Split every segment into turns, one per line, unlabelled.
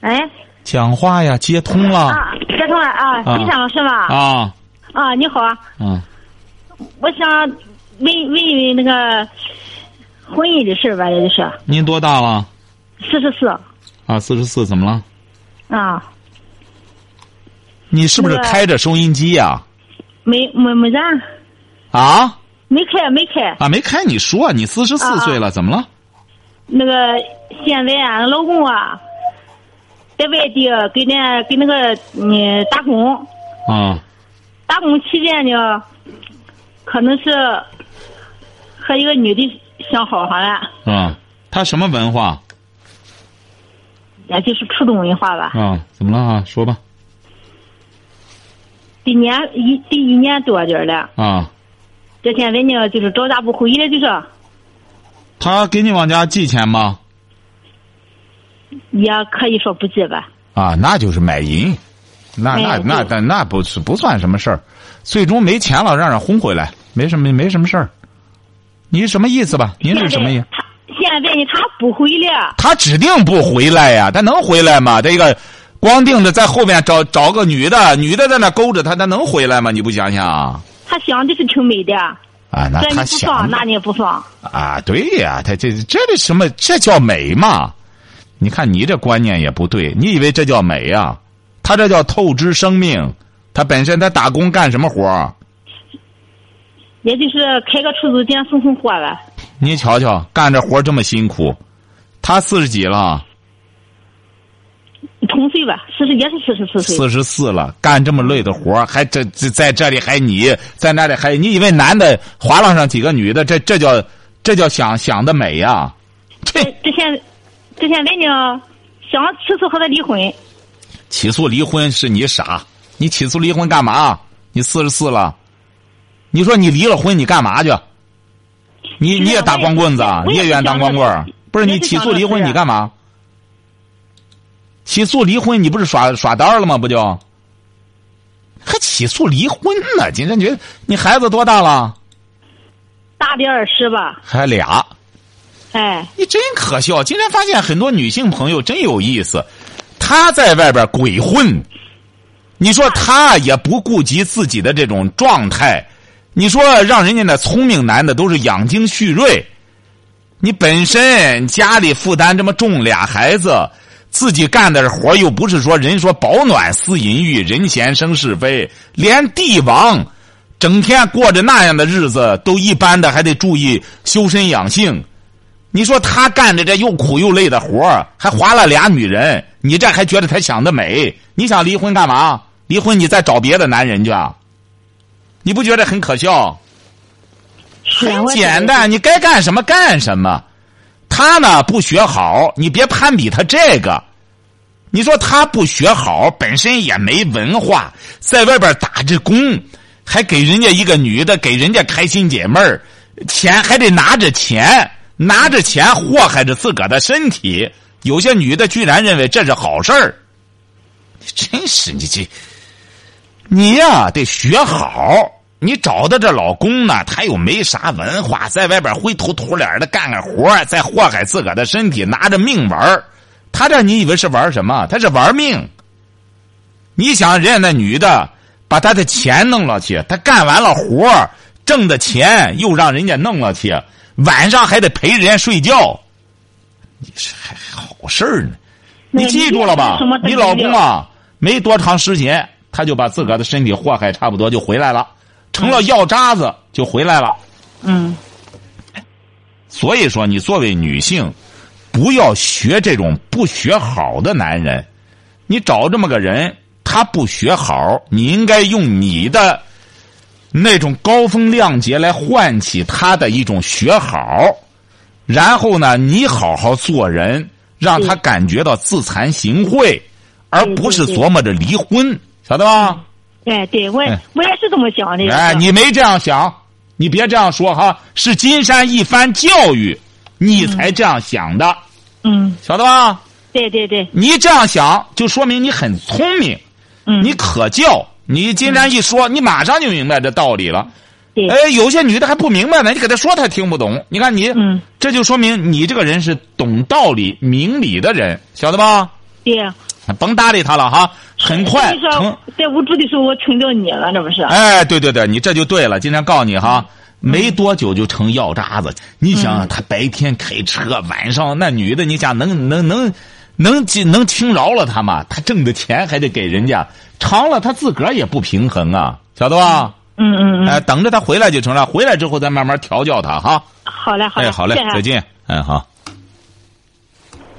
哎
讲话呀，接通了
啊，接通了啊，
啊
金山老师吧？
啊，
啊，你好，
嗯，
我想问问一问那个婚姻的事儿吧，也就是
您多大了？
四十四
啊，四十四，怎么了？
啊，
你是不是
那个
开着收音机呀、
没没没然
啊？啊
没开没开，
没开，你说你四十四
啊啊
岁了，怎么了？
那个现在啊，老公啊，在外地啊给那给那个嗯打工，
啊
打工期间呢，可能是和一个女的相好上了，
啊，他什么文化
也就是初中文化吧。
啊？怎么了啊？说吧
第年一第一年多点儿了，
啊。
这现在呢就是招架不回来，就是
他给你往家寄钱吗？
也可以说不济吧。
啊，那就是买淫，那那
哎
那
对
那那不是不算什么事儿，最终没钱了让人轰回来，没什么没什么事儿。您什么意思吧？您是什么意
现在？他现在呢，他不回来，
他指定不回来呀，他能回来吗？这个光腚着在后面找找个女的，女的在那勾着他，他能回来吗？你不想想啊？
他想的是挺美的，
啊，那
这你
他
不放，
想
那你也不放。
啊，对呀，他这这这什么？这叫美嘛？你看你这观念也不对，你以为这叫美呀、他这叫透支生命。他本身他打工干什么活儿
也就是开个出租店送送货呗。
你瞧瞧，干这活儿这么辛苦，他四十几了，
同岁吧，四十也是四十四岁。
四十四了，干这么累的活儿还这这在这里还你在那里还你以为男的划拉上几个女的，这这叫这叫想想的美啊呀、这
这这现这现在呢，想起诉和他离婚，
起诉离婚是你傻，你起诉离婚干嘛？你四十四了，你说你离了婚你干嘛去？你
是啊
你也打光棍子啊？
我
你
也
也愿意当光棍
我也
儿
是想着
不是
我也
你
是
起诉
想着
离婚
是啊
你干嘛？起诉离婚你不是耍耍单儿了吗？不就？还起诉离婚呢？金山觉，你孩子多大了？
大的二十吧，
还俩。
哎，
你真可笑！今天发现很多女性朋友真有意思，她在外边鬼混，你说她也不顾及自己的这种状态，你说让人家那聪明男的都是养精蓄锐，你本身家里负担这么重，俩孩子。自己干的活儿又不是说人说保暖思淫欲，人前生是非，连帝王整天过着那样的日子，都一般的还得注意修身养性。你说他干的这又苦又累的活儿，还划了俩女人，你这还觉得他想得美？你想离婚干嘛？离婚你再找别的男人去啊？你不觉得很可笑？
是啊
很
我也
简
是
单，你该干什么干什么。他呢不学好，你别攀比他这个。你说他不学好，本身也没文化，在外边打着工，还给人家一个女的，给人家开心姐妹儿，钱还得拿着钱，拿着钱祸害着自个儿的身体。有些女的居然认为这是好事儿，你真是你这，你呀、得学好。你找的这老公呢，他又没啥文化，在外边灰头土脸的干个活儿，再祸害自个儿的身体，拿着命玩儿他这你以为是玩什么？他是玩命。你想人家那女的把他的钱弄了去，他干完了活儿挣的钱又让人家弄了去，晚上还得陪人家睡觉，你是还好事儿呢。
那
你记住了吧
你有什么？
你
证据
老公啊，没多长时间，他就把自个儿的身体祸害差不多，就回来了，成了药渣子就回来了。
嗯。
所以说，你作为女性，不要学这种不学好的男人。你找这么个人，他不学好，你应该用你的那种高风亮节来唤起他的一种学好，然后呢，你好好做人，让他感觉到自惭形秽，而不是琢磨着离婚，晓得吧？
哎，对我也我也是这么想的。
哎，你没这样想，你别这样说哈，是金山一番教育，你才这样想的，
嗯，
晓得吧？
对对对，
你这样想，就说明你很聪明，
嗯，
你可教。你金山一说，你马上就明白这道理了。
对，
哎，有些女的还不明白呢，你给她说她听不懂。你看你，
嗯
这就说明你这个人是懂道理、明理的人，晓得吧？
对。
甭搭理她了哈，很快
所以
成
说。，在无助的时候，我听到你了，这不是？
哎，对对对，你这就对了。今天告诉你
嗯
哈，没多久就成药渣子。你想啊，他白天开车，晚上那女的，你想能能能能能能轻饶了他吗？他挣的钱还得给人家，长了他自个儿也不平衡啊，晓得吧？
嗯嗯嗯，
哎，等着他回来就成了，回来之后再慢慢调教他哈。
好嘞好嘞，
哎，好嘞
谢谢，啊
再。见。哎，好。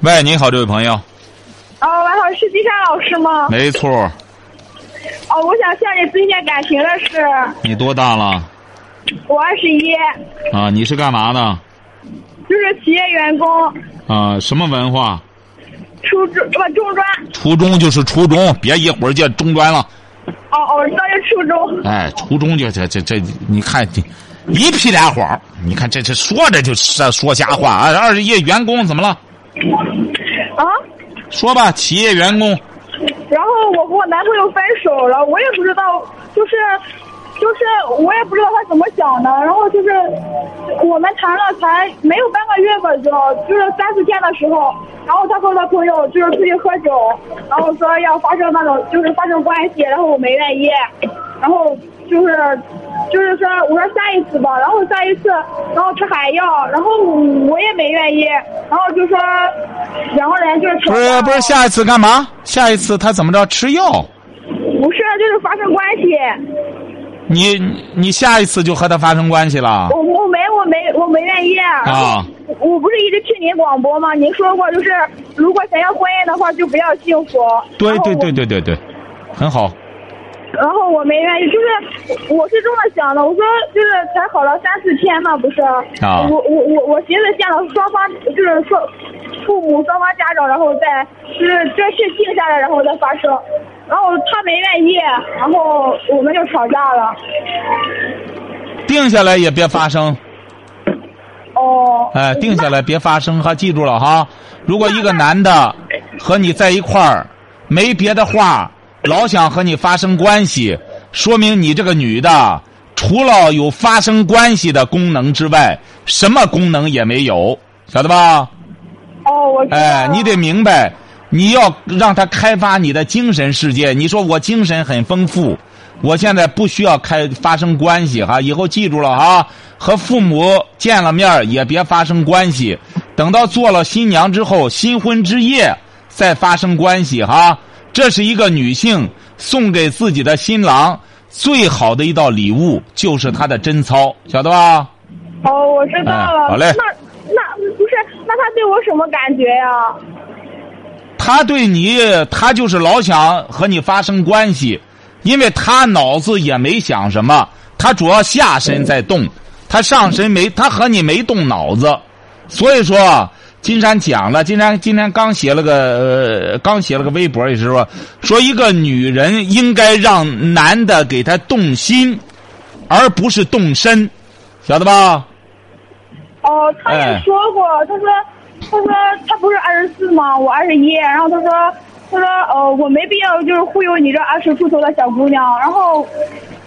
喂，你好，这位朋友，
哦，晚上是金山老师吗？
没错，
哦，我想向你推荐感情的事。
你多大了？
我二十一，
啊，你是干嘛的？
就是企业员工，
啊，什么文化？
初中不中专。
初中就是初中，别一会儿就中专了。
哦哦，那就初中。
哎，初中就这这这，你看这一屁俩谎，你看这这说着就说说瞎话啊！二十一员工怎么了？
啊，
说吧，企业员工
然后我和我男朋友分手了，我也不知道，就是。就是我也不知道他怎么想的，然后就是我们谈了才没有半个月吧，就就是三四天的时候，然后他和他朋友就是出去喝酒，然后说要发生那种就是发生关系，然后我没愿意，然后就是就是说我说下一次吧，然后下一次，然后他还要，然后我也没愿意，然后就说两个人就是
不
吵
是
架
不是，下一次干嘛？下一次他怎么着吃药？
不是就是发生关系。
你你下一次就和他发生关系了？
我我没我没我没愿意
啊！
我不是一直听您广播吗？您说过就是，如果想要婚姻的话，就不要幸福。
对
然后
对
我
对。对对对，很好。
然后我没愿意，就是我是这么想的，我说就是才好了三四天嘛，不是？
啊
我我我我寻思见了双方，就是说父母双方家长，然后再就是这事定下来，然后再发生。然后他没愿意，然后我们就吵架了。
定下来也别发生，
哦。
哎，定下来别发生哈，记住了哈。如果一个男的和你在一块儿，没别的话，老想和你发生关系，说明你这个女的除了有发生关系的功能之外，什么功能也没有，晓得吧？
哦，我知道
哎，你
了
得明白，你要让他开发你的精神世界。你说我精神很丰富，我现在不需要开发生关系哈。以后记住了哈，和父母见了面儿也别发生关系，等到做了新娘之后，新婚之夜再发生关系哈。这是一个女性送给自己的新郎最好的一道礼物，就是她的贞操，晓得吧？
哦，我知道了。
哎好嘞
那那不是，那他对我什么感觉呀？
他对你，他就是老想和你发生关系，因为他脑子也没想什么，他主要下身在动，他上身没，他和你没动脑子，所以说金山讲了，金山今天刚写了个、呃、刚写了个微博，也是说说一个女人应该让男的给她动心，而不是动身，晓得吧？
哦，他
哎
也说过，他说，他说他不是二十四吗？我二十一，然后他说，他说，呃，我没必要就是忽悠你这二十出头的小姑娘。然后，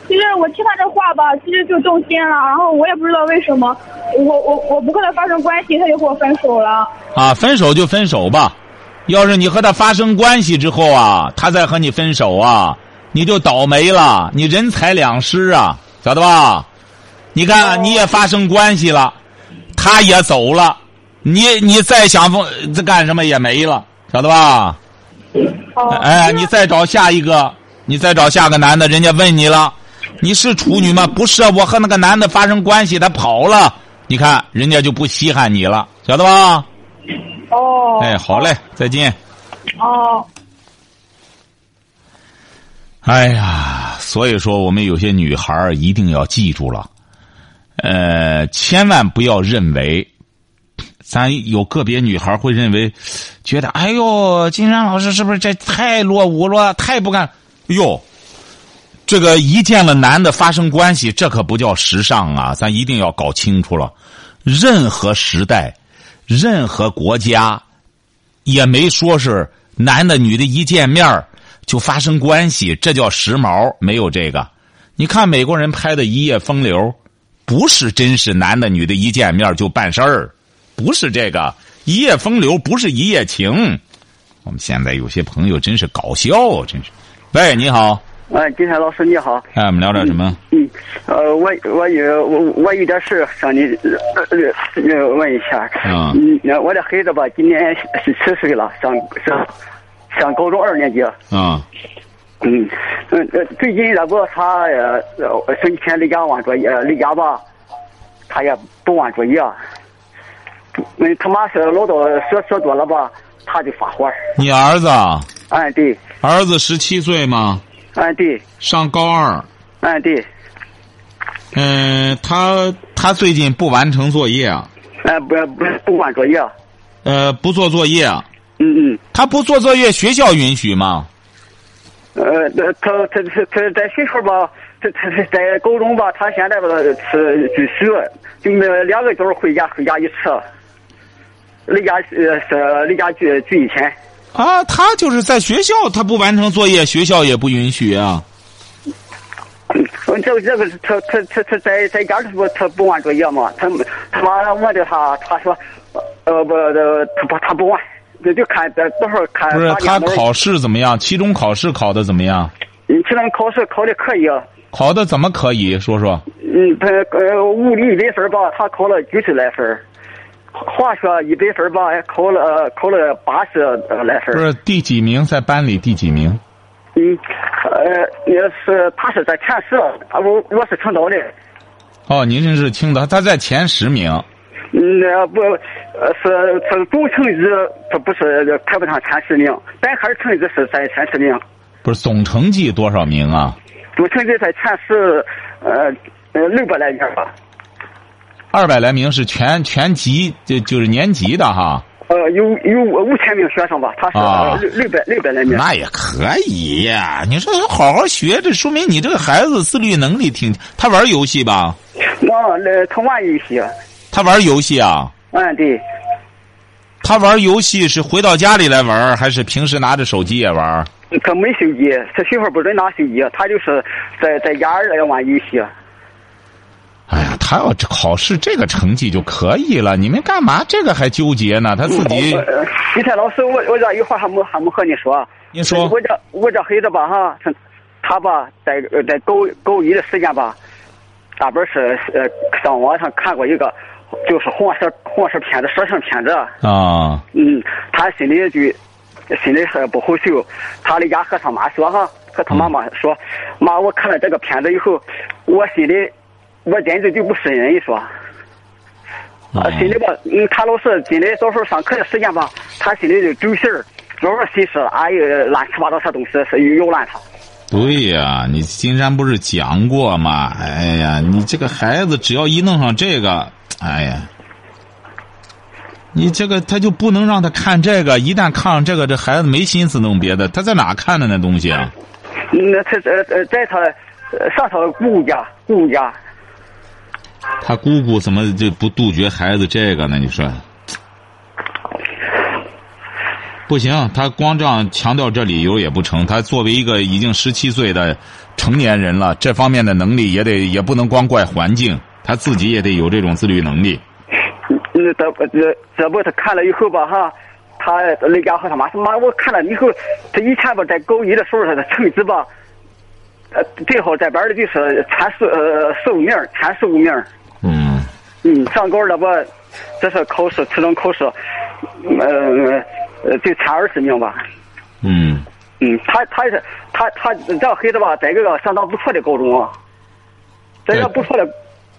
其实我听他这话吧，其实就动心了。然后我也不知道为什么，我我我不跟他发生关系，他就和我分手了。
啊，分手就分手吧。要是你和他发生关系之后啊，他再和你分手啊，你就倒霉了，你人财两失啊，晓得吧？你
哦
看你也发生关系了，他也走了，你你再想分这干什么也没了，晓得吧？
哦，
哎，
那
你再找下一个，你再找下个男的，人家问你了，你是处女
嗯
吗？不是，啊我和那个男的发生关系，他跑了，你看人家就不稀罕你了，晓得吧？
哦，
哎，好嘞，再见。
哦，
哎呀，所以说我们有些女孩儿一定要记住了，呃，千万不要认为咱有个别女孩会认为，觉得哎呦，金山老师是不是这太落伍了，太不干？哟，这个一见了男的发生关系，这可不叫时尚啊！咱一定要搞清楚了，任何时代，任何国家，也没说是男的女的一见面儿就发生关系，这叫时髦，没有这个。你看美国人拍的《一夜风流》，不是真是男的女的一见面就办事儿。不是这个一夜风流，不是一夜情。我们现在有些朋友真是搞笑，真是。喂，你好，
哎，金山老师你好，
哎，我们聊点什么？
嗯，呃，我我有我我有点事向你呃呃呃问一下，
啊
嗯，呃我的孩子吧，今年十十岁了，上上上高中二年级，
啊、
嗯嗯，呃最近那个他呃呃星期天离家晚作业，离家吧，他也不晚作业，嗯，他妈是唠叨说说多了吧，他就发火儿，
你儿子啊，
哎对，
儿子十七岁吗？
哎对，
上高二。
哎对，
嗯、他他最近不完成作业，啊
哎不不不管作业，
呃，不做作业。
啊嗯嗯。
他不做作业，学校允许吗？
呃，那他他他他在学校吧，他他他在高中吧，他现在吧是必须，就那两个小时回家回家一次，离家呃是离家聚聚一天，
啊，他就是在学校，他不完成作业，学校也不允许啊。
嗯这个这个他他他他在在家他不他不完作业嘛，他他妈我的他他说，呃不呃他不他不完，就就看到到时候看
不是
八
他
点多，
考试怎么样？期中考试考的怎么样？
嗯，期中考试考的可以，啊
考的怎么可以？说说。
嗯，他呃物理一百分儿吧，他考了九十来分儿化学一百分儿吧，还考了呃考了八十呃来分
不
儿
是第几名在班里第几名？
嗯，呃，也是他是在前十，啊我我是青岛的，
哦，您这是青岛，他在前十名。
嗯，呃不，呃是是总成绩他不是排不上前十名，单科成绩是在前十名，
不是总成绩多少名啊？
总成绩在前十，呃呃六百来名儿吧，
二百来名是全全级，就就是年级的哈。
呃有有五千名学生吧，他是
啊
呃六六百六百来名。
那也可以呀、你说好好学，这说明你这个孩子自律能力挺。他玩游戏吧？
那那他玩一些，
他玩游戏啊？
嗯对。
他玩游戏是回到家里来玩，还是平时拿着手机也玩？
可没手机，他媳妇儿不准拿手机，他就是在在家里玩游戏。
哎呀，他要考试这个成绩就可以了，你们干嘛这个还纠结呢？他自己
我呃李泰老师，我我这有话还没还没和你说。啊
您说
我这我这孩子吧哈，他他吧在呃在高高一的时间吧，大本是呃上网上看过一个就是黄色黄色片子、色情片子，
啊
嗯，他心里就心里是不好受，他离家和他妈说哈，和他妈妈说，妈，我看了这个片子以后，我心里我简直就不是人，你说。啊，心里吧，嗯，他老是心里到时候上课的时间吧，他心里就揪心儿，老是心思，哎呀，乱七八糟啥东西是又乱他。
对呀、你金山不是讲过吗？哎呀，你这个孩子只要一弄上这个，哎呀，你这个他就不能让他看这个，一旦看上这个，这孩子没心思弄别的，他在哪看的那东西啊？
嗯，那他呃呃，在他呃上他姑姑家，姑姑家，
他姑姑怎么就不杜绝孩子这个呢？你 说，不行，他光这样强调这理由也不成。他作为一个已经十七岁的成年人了，这方面的能力也得也不能光怪环境，他自己也得有这种自律能力。
嗯，这不这这不他看了以后吧哈，他那家伙他妈他妈我看了以后，他以前吧在高一的时候他的成绩吧，呃最好在班里就是前十呃十五名儿，前十五名儿。
嗯，
嗯，上高了吧，这是考试初中考试，呃呃就前二十名吧。
嗯，
嗯，他他是他他这孩子吧，在这个相当不错的高中，啊，在这不错的，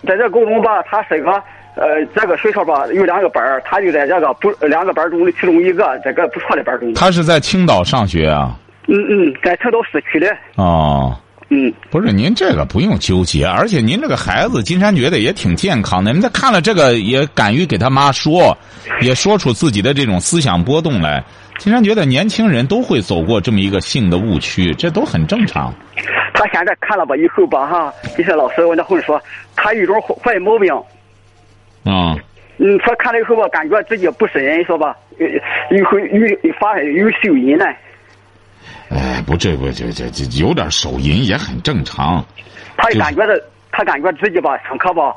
在这高中吧，他是个呃这个学校吧有两个班儿他就在这个不两个班中的其中一个，这个不错的班中。
他是在青岛上学啊？
嗯嗯，在青岛市区的，
哦，
嗯，
不是您这个不用纠结，而且您这个孩子，金山觉得也挺健康的。人家看了这个也敢于给他妈说，也说出自己的这种思想波动来。金山觉得年轻人都会走过这么一个性的误区，这都很正常。
他现在看了吧以后吧哈，金山老师，我那会儿说他有一种坏毛病，
啊、
嗯，他看了以后吧，感觉自己不是人，说吧，呃有后有发有手淫呢，
哎，不，这不这这这有点手淫也很正常。
他也感觉的，他感觉自己吧，上课吧，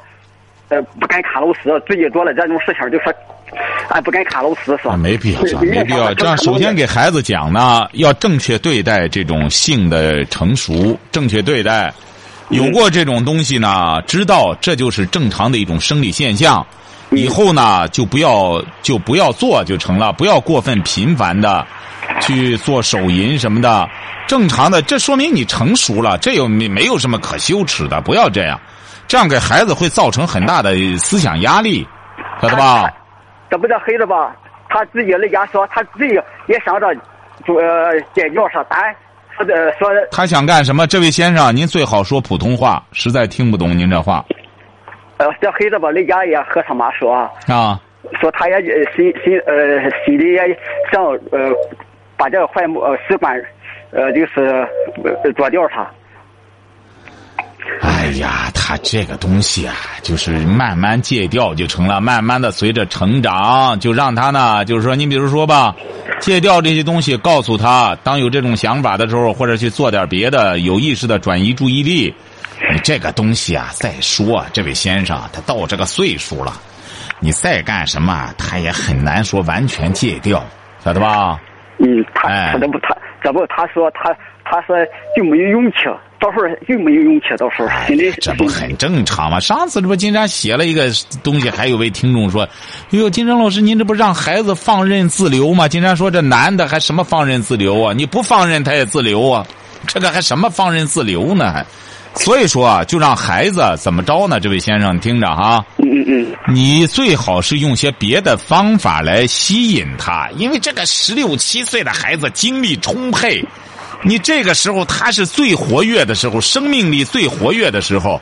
呃，不敢看老师，自己做了这种事情，就说，俺不敢看老师，说
啊，没必要，
对
这样没必要。这样，首先给孩子讲呢，要正确对待这种性的成熟，正确对待。
嗯
有过这种东西呢，知道这就是正常的一种生理现象，
嗯
以后呢就不要就不要做就成了，不要过分频繁的去做手淫什么的，正常的，这说明你成熟了，这有没没有什么可羞耻的，不要这样，这样给孩子会造成很大的思想压力，晓得吧？
哎这不这黑子吧，他自己在家说，他自己也想着，就呃解决上，咱说的说
他想干什么？这位先生，啊您最好说普通话，实在听不懂您这话
呃这黑子吧，在家也和他妈说，
啊。
说他也呃心心呃心里也想呃把这个坏毛呃习惯呃就是呃做掉他，
哎呀，他这个东西啊，就是慢慢戒掉就成了，慢慢的随着成长，就让他呢，就是说，你比如说吧，戒掉这些东西，告诉他，当有这种想法的时候，或者去做点别的，有意识的转移注意力。你这个东西啊，再说啊，这位先生，他到这个岁数了，你再干什么，啊他也很难说完全戒掉，晓得吧？
嗯，他
哎
他这不他这不他说他他说就没有勇气，到时候就没有勇气，到时候
哎
心里嗯
呀，这不很正常吗？上次这不金山写了一个东西，还有位听众说：“哎呦，金山老师，您这不让孩子放任自流吗？”金山说：“这男的还什么放任自流啊？你不放任他也自流啊，这个还什么放任自流呢？还，所以说啊，就让孩子怎么着呢？这位先生，你听着哈、
嗯嗯嗯
你最好是用些别的方法来吸引他，因为这个十六七岁的孩子精力充沛，你这个时候他是最活跃的时候，生命力最活跃的时候，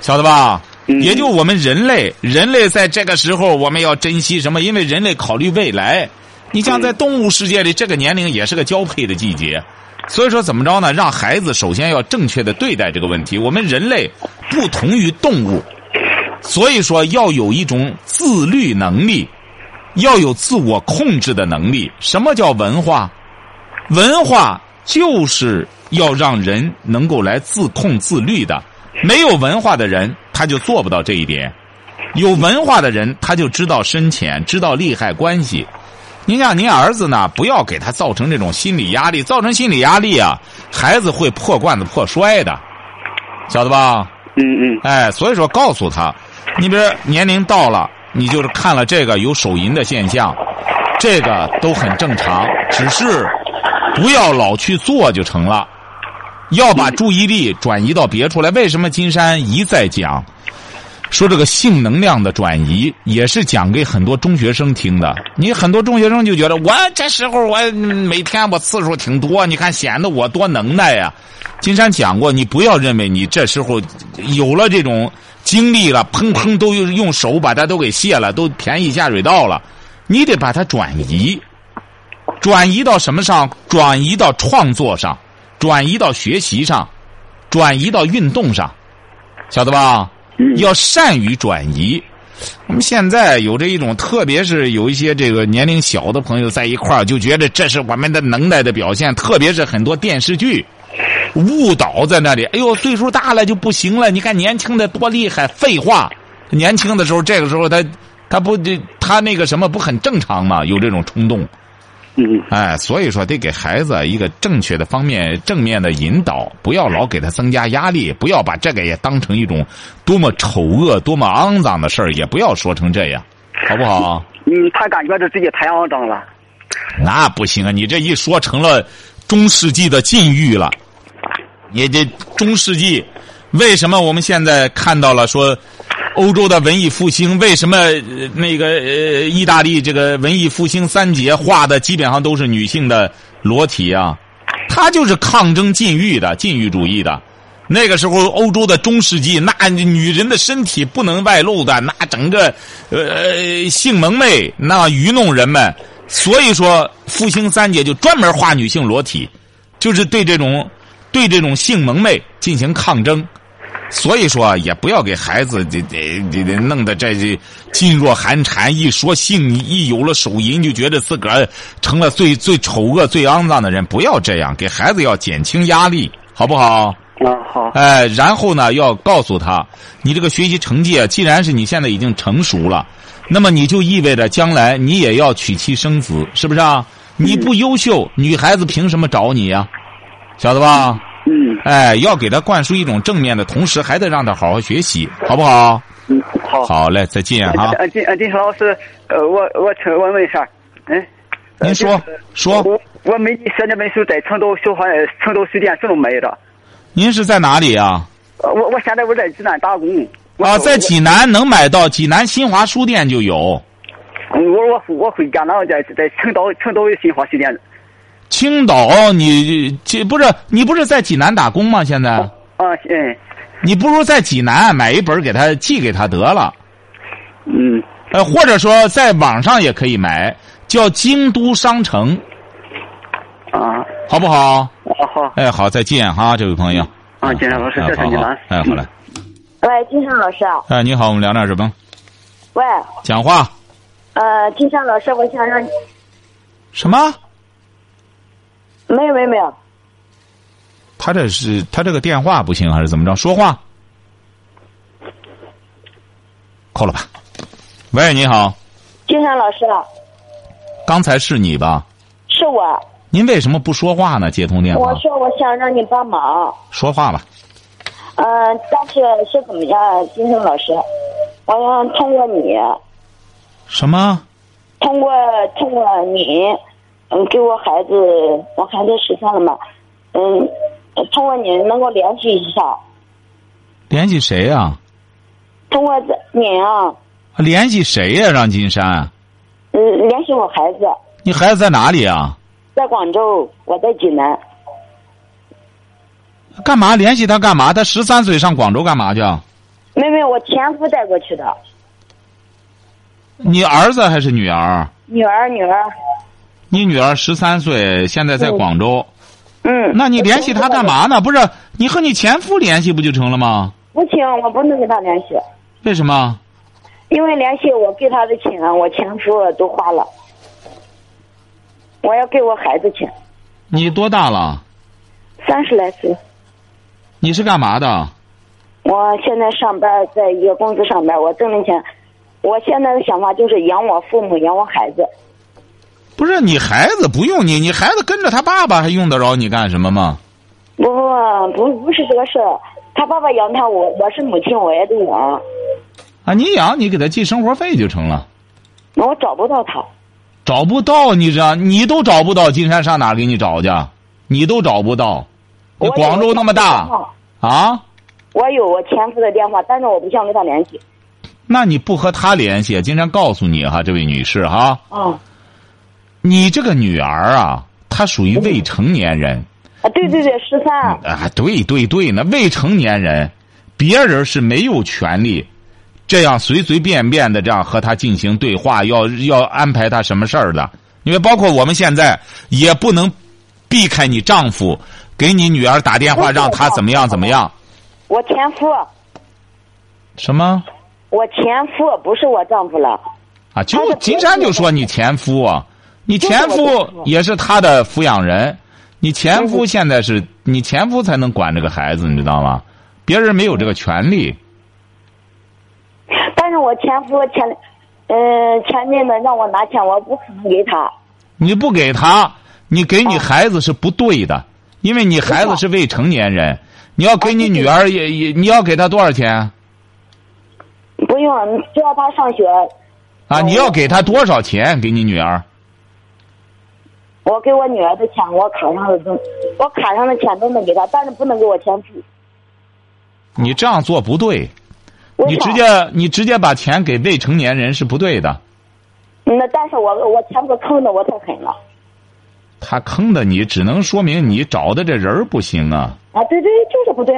晓得吧？也就我们人类，人类在这个时候我们要珍惜什么？因为人类考虑未来。你像在动物世界里，这个年龄也是个交配的季节，所以说怎么着呢？让孩子首先要正确的对待这个问题。我们人类不同于动物，所以说要有一种自律能力，要有自我控制的能力。什么叫文化？文化就是要让人能够来自控自律的。没有文化的人，他就做不到这一点；有文化的人，他就知道深浅，知道利害关系。您像您儿子呢，不要给他造成这种心理压力，造成心理压力啊，孩子会破罐子破摔的，晓得吧？
嗯嗯
哎，所以说告诉他，你比如年龄到了，你就是看了这个有手淫的现象，这个都很正常，只是不要老去做就成了，要把注意力转移到别处来。为什么金山一再讲？说这个性能量的转移也是讲给很多中学生听的。你很多中学生就觉得我这时候我嗯每天我次数挺多，啊你看显得我多能耐呀、金山讲过，你不要认为你这时候有了这种经历了，砰砰都用用手把它都给卸了，都便宜下水道了，你得把它转移，转移到什么上？转移到创作上，转移到学习上，转移到运动上，晓得吧？要善于转移。我们现在有这一种，特别是有一些这个年龄小的朋友在一块儿，就觉得这是我们的能耐的表现。特别是很多电视剧误导在那里，哎呦，岁数大了就不行了。你看年轻的多厉害，废话，年轻的时候这个时候他他不他那个什么不很正常吗？有这种冲动。
嗯
哎，所以说得给孩子一个正确的方面、正面的引导，不要老给他增加压力，不要把这个也当成一种多么丑恶、多么肮脏的事儿，也不要说成这样，好不好？
嗯，他感觉着自己太肮脏了。
那不行啊！你这一说成了中世纪的禁欲了。你这中世纪，为什么我们现在看到了说欧洲的文艺复兴？为什么呃那个呃意大利这个文艺复兴三杰画的基本上都是女性的裸体啊？他就是抗争禁欲的禁欲主义的。那个时候欧洲的中世纪，那女人的身体不能外露的，那整个呃性蒙昧，那愚弄人们。所以说，复兴三姐就专门画女性裸体，就是对这种对这种性蒙昧进行抗争。所以说，也不要给孩子这这这这弄得这这噤若寒蝉。一说性，一有了手淫，就觉得自个儿成了最最丑恶、最肮脏的人。不要这样，给孩子要减轻压力，好不好？
啊，好，
哎，然后呢，要告诉他，你这个学习成绩啊，既然是你现在已经成熟了，那么你就意味着将来你也要娶妻生子，是不是啊？你不优秀，女孩子凭什么找你呀、晓得吧？
嗯
哎，要给他灌输一种正面的同时，还得让他好好学习，好不好？
嗯，好。
好嘞，再见啊 哈。
呃，金呃金石老师，呃，我我请我问一下，嗯，呃
您说
就是
说，
我我美女写那本书在成都小环呃成都书店正买的，
您是在哪里啊？
呃我我现在我在济南打工。我
啊，在
我
济南能买到，济南新华书店就有，
我我我回家了，在在青岛青岛新华书店。
青岛哦你这不是你不是在济南打工吗？现在？
啊，嗯
你不如在济南买一本给他寄给他得了，
嗯
呃，或者说在网上也可以买，叫京都商城，
啊
好不好？
啊好
哎，好，再见哈，这位朋友。
啊，金山老师，
哎
谢谢
好
你
好
们。
哎，好嘞。
喂，金山老师啊，
哎，你好，我们聊点什么？
喂，
讲话
呃，金山老师，我想让你，
什么？
没有没有没有，
他这是他这个电话不行还是怎么着？说话，扣了吧。喂，你好，
金山老师啊，
刚才是你吧？
是我，
您为什么不说话呢？接通电话
我，说我想让你帮忙，
说话吧。
嗯、但是是怎么样啊，金山老师，我想通过你，
什么？
通过通过你，嗯，给我孩子，我孩子十三了嘛，嗯，通过你能够联系一下，
联系谁呀、
通过这你啊，
联系谁呀、让金山，啊
嗯，联系我孩子，
你孩子在哪里啊？
在广州，我在济南，
干嘛联系他干嘛？他十三岁上广州干嘛去啊？
没有没有，我前夫带过去的，
你儿子还是女儿？
女儿女儿。
你女儿十三岁，现在在广州，
嗯，
那你联系他干？嘛呢？不是你和你前夫联系不就成了吗？
不行，我不能跟他联系，
为什么？
因为联系我给他的钱，我前夫都花了，我要给我孩子钱，
你多大了？
三十来岁，
你是干嘛的？
我现在上班，在一个公司上班，我挣的钱，我现在的想法就是养我父母，养我孩子。
不是你孩子不用你，你孩子跟着他爸爸还用得着你干什么吗？
不不不，不是这个事儿，他爸爸养他，我我是母亲，我也得养，
啊，你养你给他寄生活费就成了，
那我找不到他，
找不到你这你都找不到，金山上哪儿给你找去？你都找不到，你
我
广州那么大。啊，
我有我前夫的电话，但是我不想跟他联系。
那你不和他联系，经常告诉你哈，这位女士哈，
啊、
你这个女儿啊，她属于未成年人
啊，对对对，十三，
啊，对对对，那未成年人，别人是没有权利这样随随便便的这样和她进行对话，要要安排她什么事儿的，因为包括我们现在也不能避开你丈夫给你女儿打电话，让她怎么样怎么样，
我前夫，
什么
我前夫不是我丈夫了，
啊，就金山就说你前夫啊，你前
就是我的
夫也是他的抚养人，你前夫现在是你前夫才能管这个孩子，你知道吗？别人没有这个权利。
但是我前夫前，嗯、前面的让我拿钱，我不可能给他。
你不给他，你给你
哦
孩子是不对的，因为你孩子是未成年人，你要给你女儿也也你要给她多少钱
不用，只要他上学，
啊？你要给她多少钱给你女儿？
我给我女儿的钱，我卡上的都，我卡上的钱都能给他，但是不能给我前夫。
你这样做不对，
为
你
啥
直接你直接把钱给未成年人是不对的。
嗯那，但是我我前夫坑的我太狠了
他坑的你，只能说明你找的这人儿不行啊。
啊！对对，就是不对，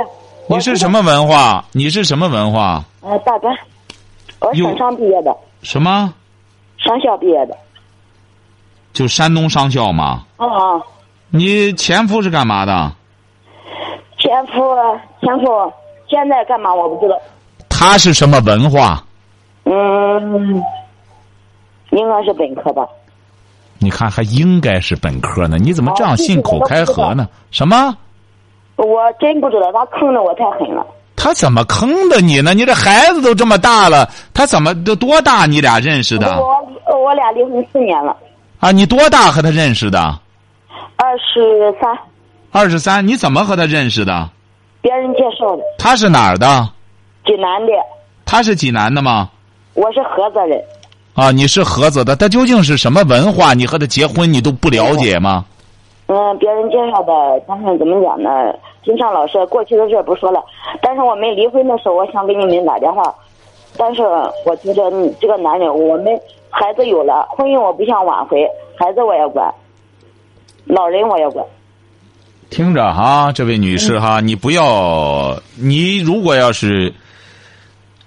你是什么文化？你是什么文化？
呃，大专，我是
哟
省上毕业的，
什么？
上校毕业的。
就山东商校吗？
啊、嗯，
你前夫是干嘛的？
前夫，前夫现在干嘛我不知道。
他是什么文化？
嗯，应该是本科吧。
你看，还应该是本科呢，你怎么这样
哦这
信口开河呢？什么？
我真不知道，他坑的我太狠了。
他怎么坑的你呢？你这孩子都这么大了，他怎么都多大？你俩认识的
我我俩离婚四年了，
啊？你多大和他认识的？
二十三，
二十三，你怎么和他认识的？
别人介绍的，
他是哪儿的？
济南的，
他是济南的吗？
我是菏泽人。
啊，你是菏泽的，他究竟是什么文化？你和他结婚，你都不了解吗？
嗯，别人介绍的，但是怎么讲呢？金尚老师，过去的事不说了。但是我们离婚的时候，我想给你们打电话，但是我觉得你这个男人，我们孩子有了，婚姻我不想挽回，孩子我也管，老人我也管。
听着哈，这位女士哈，
嗯
你不要，你如果要是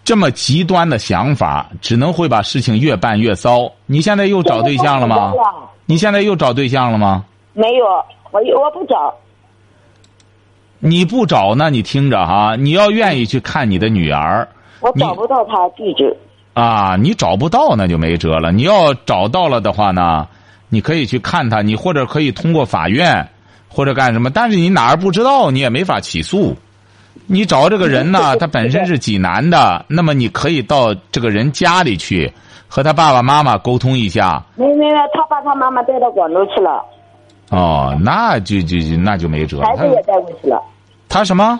这么极端的想法，只能会把事情越办越糟。你现在又找对象了吗
我不找了？
你现在又找对象了吗？
没有，我我不找，
你不找，那你听着哈，你要愿意去看你的女儿
我
你
找不到他地址。
啊，你找不到那就没辙了。你要找到了的话呢，你可以去看她，你或者可以通过法院或者干什么，但是你哪儿不知道，你也没法起诉。你找这个人
嗯
呢，他本身是济南的，那么你可以到这个人家里去和他爸爸妈妈沟通一下。
没没没，他把他妈妈带到广州去了，
哦，那就就就那就没辙了。
孩子
他
也带过去了，
他什么？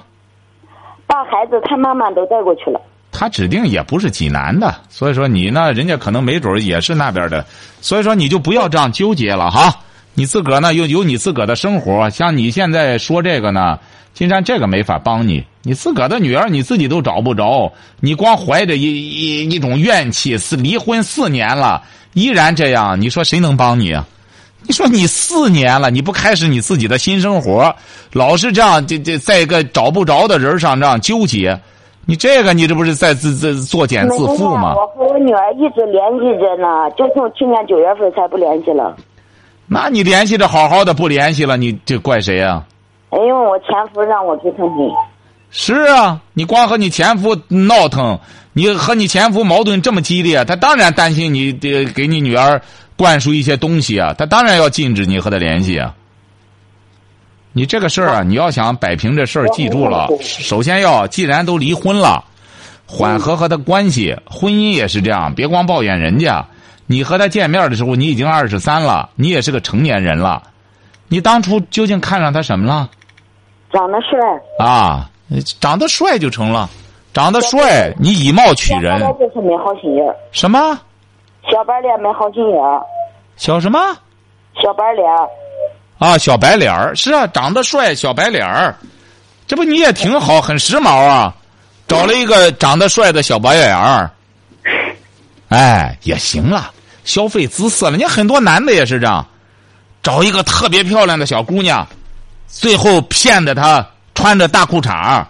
把孩子他妈妈都带过去了。
他指定也不是济南的，所以说你呢，人家可能没准儿也是那边的，所以说你就不要这样纠结了哈。你自个儿呢，有有你自个儿的生活，像你现在说这个呢，金山这个没法帮你，你自个儿的女儿你自己都找不着，你光怀着一一一种怨气，是离婚四年了，依然这样，你说谁能帮你啊？你说你四年了，你不开始你自己的新生活，老是这样，这这在一个找不着的人上这样纠结，你这个你这不是在自自作茧哎自
没
缚
有
吗
啊？我和我女儿一直联系着呢，就从去年九月份才不联系了。
那你联系的好好的，不联系了，你这怪谁啊？
因为哎我前夫让我去探亲，
是啊，你光和你前夫闹腾，你和你前夫矛盾这么激烈，他当然担心你得给你女儿灌输一些东西啊，他当然要禁止你和他联系啊。你这个事儿啊，你要想摆平这事儿，记住了，首先要既然都离婚了，缓和和他关系，婚姻也是这样，别光抱怨人家。你和他见面的时候，你已经二十三了，你也是个成年人了，你当初究竟看上他什么了？
长得帅，
啊，长得帅就成了，长得帅你以貌取
小
人
白。脸就是没好心眼儿，
什么
小白脸没好心眼儿，
小什么
小白脸
啊？小白脸儿是啊，长得帅，小白脸儿，这不你也挺好，很时髦啊，找了一个长得帅的小白脸儿，哎，也行了，消费姿色了。你看很多男的也是这样，找一个特别漂亮的小姑娘，最后骗着她穿着大裤衩儿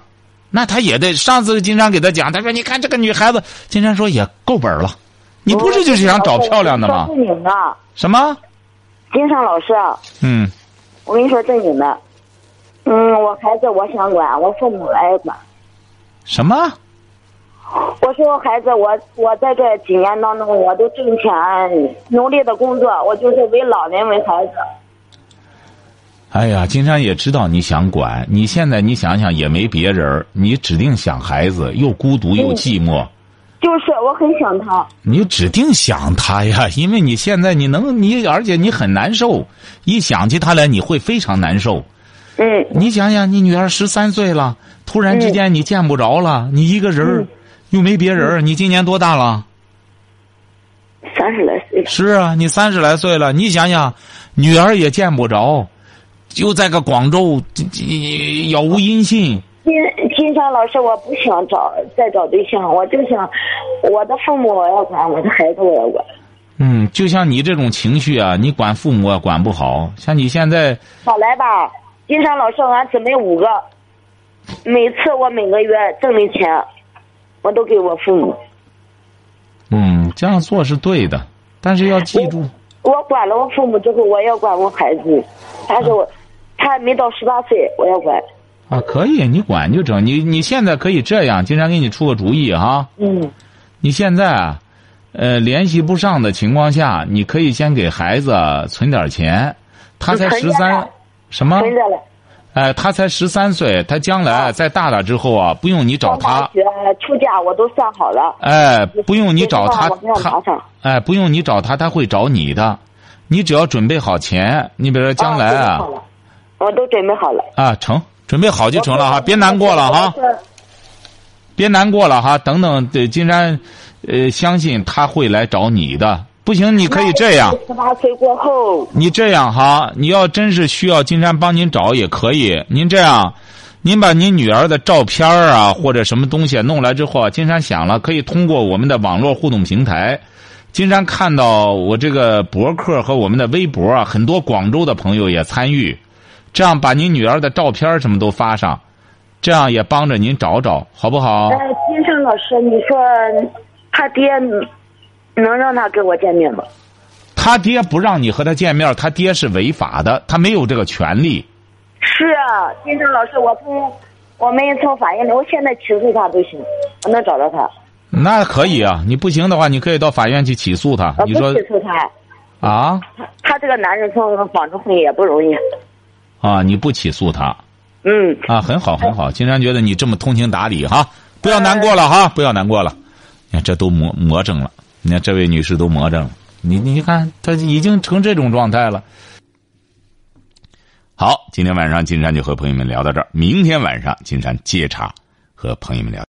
那他也得。上次金山给他讲，他说：“你看这个女孩子。”金山说：“也够本儿了，你不是就是想找漂亮的吗
我跟你说正经的，？”
什么？
金尚老师啊，
嗯，
我跟你说正经的，嗯，我孩子我想管，我父母来管。
什么？
我说孩子，我我在这几年当中，我都挣钱，努力的工作，我就是为老人为孩子。
哎呀，金山也知道你想管，你现在你想想也没别人儿，你指定想孩子，又孤独又寂寞。
就是我很想他，
你指定想他呀， 因为你现在你能你，而且你很难受，一想起他来你会非常难受。
嗯，
你想想，你女儿十三岁了，突然之间你见不着了，你一个人儿，又没别人儿，你今年多大了？
三十来岁了，
是啊，你三十来岁了，你想想，女儿也见不着，就在个广州，这这杳无音信。
金金山老师，我不想找再找对象，我就想我的父母我要管，我的孩子我要管。
嗯，就像你这种情绪啊，你管父母啊管不好，像你现在，
好来吧，金山老师，俺姊妹五个，每次我每个月挣的钱，我都给我父母。
嗯，这样做是对的，但是要记住，
哦我管了我父母之后，我也要管我孩子。但
嗯
是我，他还没到十八岁，我要管。
啊，可以，你管就成。你你现在可以这样，金山给你出个主意哈。
嗯
你现在啊，呃，联系不上的情况下，你可以先给孩子存点钱。他才
存
十
着
三
呢，
什么？
存着哦了。
哎，他才十三岁，他将来再大了之后啊，不用你找
上
他
大，学啊出嫁我都算好了。
哎，不用你找他
我不，让
他
他上。
哎，不用你找他，他会找你的。你只要准备好钱，你比如说将来啊
啊准备好了我都准备好了。
啊成，准备好就成了哈，别难过了哈，别难过了哈。等等，对金山，呃，相信他会来找你的。不行，你可以这样，哦
十八岁过后，
你这样哈，你要真是需要金山帮您找也可以。您这样，您把您女儿的照片儿啊或者什么东西弄来之后啊，金山想了，可以通过我们的网络互动平台。金山看到我这个博客和我们的微博啊，很多广州的朋友也参与，这样把您女儿的照片儿什么都发上，这样也帮着您找找，好不好？
呃，金山老师，你说他爹能让他跟我见面吗？
他爹不让你和他见面，他爹是违法的，他没有这个权利。
是啊，金山老师，我从我们从法院里，我现在起诉他都行，我能找到他。
那可以啊，你不行的话，你可以到法院去起诉他
我。
你
不
说
起诉他，
啊
他这个男人从广州回也不容易。
啊，你不起诉他
嗯，
啊，很好很好。金山觉得你这么通情达理哈，不要难过了哈，不要难过了。你看这都魔魔怔了，你看这位女士都魔怔了。你你看，她已经成这种状态了。好，今天晚上金山就和朋友们聊到这儿，明天晚上金山接茬和朋友们聊。